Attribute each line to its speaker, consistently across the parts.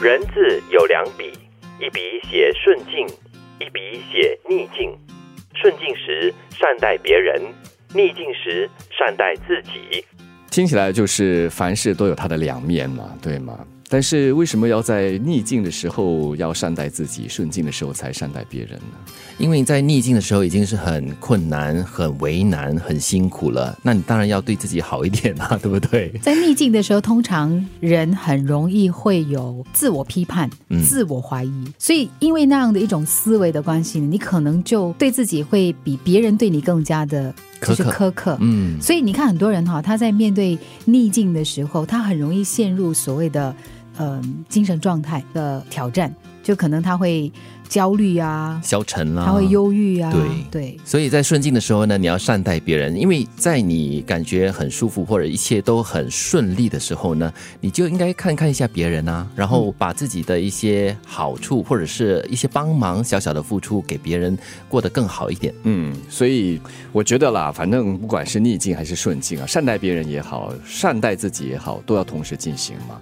Speaker 1: 人字有两笔，一笔写顺境，一笔写逆境。顺境时善待别人，逆境时善待自己。
Speaker 2: 听起来就是凡事都有它的两面嘛，对吗？但是为什么要在逆境的时候要善待自己，顺境的时候才善待别人呢？
Speaker 3: 因为在逆境的时候已经是很困难、很为难、很辛苦了，那你当然要对自己好一点啦、对不对？
Speaker 4: 在逆境的时候，通常人很容易会有自我批判、
Speaker 3: 嗯
Speaker 4: 自我怀疑，所以因为那样的一种思维的关系，你可能就对自己会比别人对你更加的就是
Speaker 3: 苛刻
Speaker 4: 苛刻。
Speaker 3: 嗯，
Speaker 4: 所以你看，很多人哈、他在面对逆境的时候，他很容易陷入所谓的嗯、精神状态的挑战，就可能他会焦虑啊，
Speaker 3: 消沉啦，
Speaker 4: 他会忧郁啊，
Speaker 3: 对
Speaker 4: 对
Speaker 3: 所以在顺境的时候呢，你要善待别人，因为在你感觉很舒服或者一切都很顺利的时候呢，你就应该看看一下别人啊，然后把自己的一些好处或者是一些帮忙小小的付出给别人，过得更好一点。
Speaker 2: 嗯，所以我觉得啦，反正不管是逆境还是顺境啊，善待别人也好，善待自己也好，都要同时进行嘛。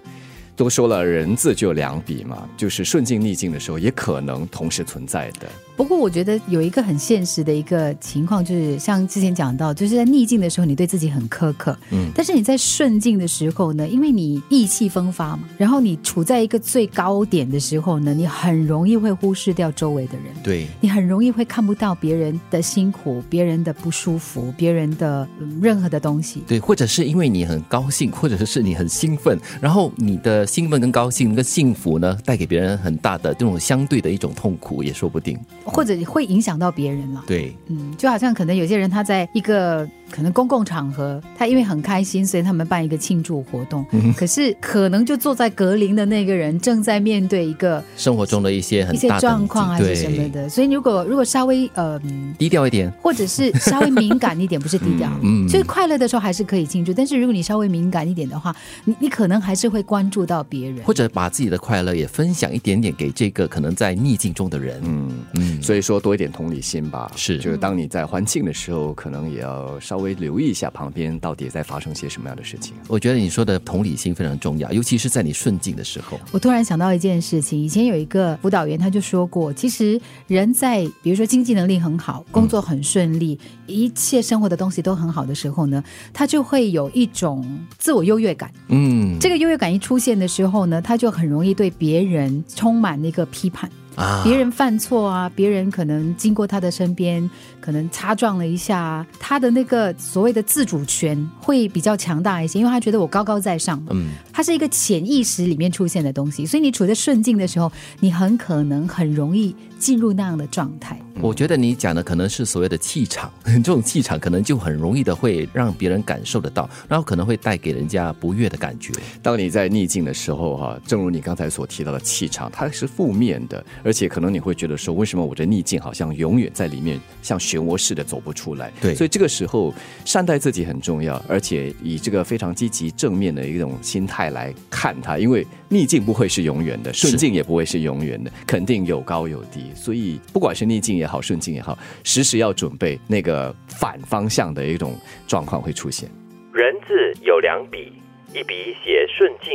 Speaker 2: 都说了，人字就有两笔嘛，就是顺境逆境的时候，也可能同时存在的。
Speaker 4: 不过我觉得有一个很现实的一个情况，就是像之前讲到，就是在逆境的时候，你对自己很苛刻，嗯，但是你在顺境的时候呢，因为你意气风发嘛，然后你处在一个最高点的时候呢，你很容易会忽视掉周围的人。
Speaker 3: 对，
Speaker 4: 你很容易会看不到别人的辛苦、别人的不舒服、别人的、嗯任何的东西。
Speaker 3: 对，或者是因为你很高兴，或者是你很兴奋，然后你的兴奋跟高兴跟幸福呢，带给别人很大的这种相对的一种痛苦也说不定。
Speaker 4: 或者会影响到别人了。
Speaker 3: 对，
Speaker 4: 嗯，就好像可能有些人他在一个可能公共场合，他因为很开心，所以他们办一个庆祝活动，
Speaker 3: 嗯
Speaker 4: 可是可能就坐在隔邻的那个人正在面对一个
Speaker 3: 生活中的一些很
Speaker 4: 一些
Speaker 3: 大的
Speaker 4: 状况啊还是
Speaker 3: 对
Speaker 4: 什么的，所以如果如果稍微呃。嗯
Speaker 3: 低调一点。
Speaker 4: 或者是稍微敏感一点，不是低调，
Speaker 3: 嗯嗯
Speaker 4: 所以快乐的时候还是可以庆祝。但是如果你稍微敏感一点的话，你你可能还是会关注到别人。
Speaker 3: 或者把自己的快乐也分享一点点给这个可能在逆境中的人。
Speaker 2: 嗯，
Speaker 3: 嗯，
Speaker 2: 所以说多一点同理心吧。
Speaker 3: 是
Speaker 2: 就是当你在欢庆的时候，可能也要稍微留意一下旁边到底在发生些什么样的事情。
Speaker 3: 我觉得你说的同理心非常重要，尤其是在你顺境的时候。
Speaker 4: 我突然想到一件事情，以前有一个辅导员他就说过，其实人在比如说经济能力很好、工作很顺利、一切生活的东西都很好的时候呢，他就会有一种自我优越感。
Speaker 3: 嗯，
Speaker 4: 这个优越感一出现的时候呢，他就很容易对别人充满那个批判，
Speaker 3: 啊
Speaker 4: 别人犯错啊，别人可能经过他的身边，可能擦撞了一下啊，他的那个所谓的自主权会比较强大一些，因为他觉得我高高在上嘛。
Speaker 3: 嗯，
Speaker 4: 它是一个潜意识里面出现的东西，所以你处在顺境的时候，你很可能很容易进入那样的状态。
Speaker 3: 我觉得你讲的可能是所谓的气场， 这种气场可能就很容易的会让别人感受得到，然后可能会带给人家不悦的感觉。
Speaker 2: 当你在逆境的时候、哈，正如你刚才所提到的气场，它是负面的，而且可能你会觉得说，为什么我的逆境好像永远在里面像漩涡似的走不出来？
Speaker 3: 对
Speaker 2: 所以这个时候善待自己很重要，而且以这个非常积极正面的一种心态来看它，因为逆境不会是永远的，顺境也不会是永远的，肯定有高有低。所以不管是逆境也好，顺境也好，时时要准备那个反方向的一种状况会出现。
Speaker 1: 人字有两笔，一笔写顺境，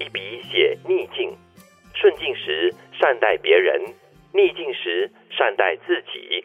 Speaker 1: 一笔写逆境。顺境时善待别人，逆境时善待自己。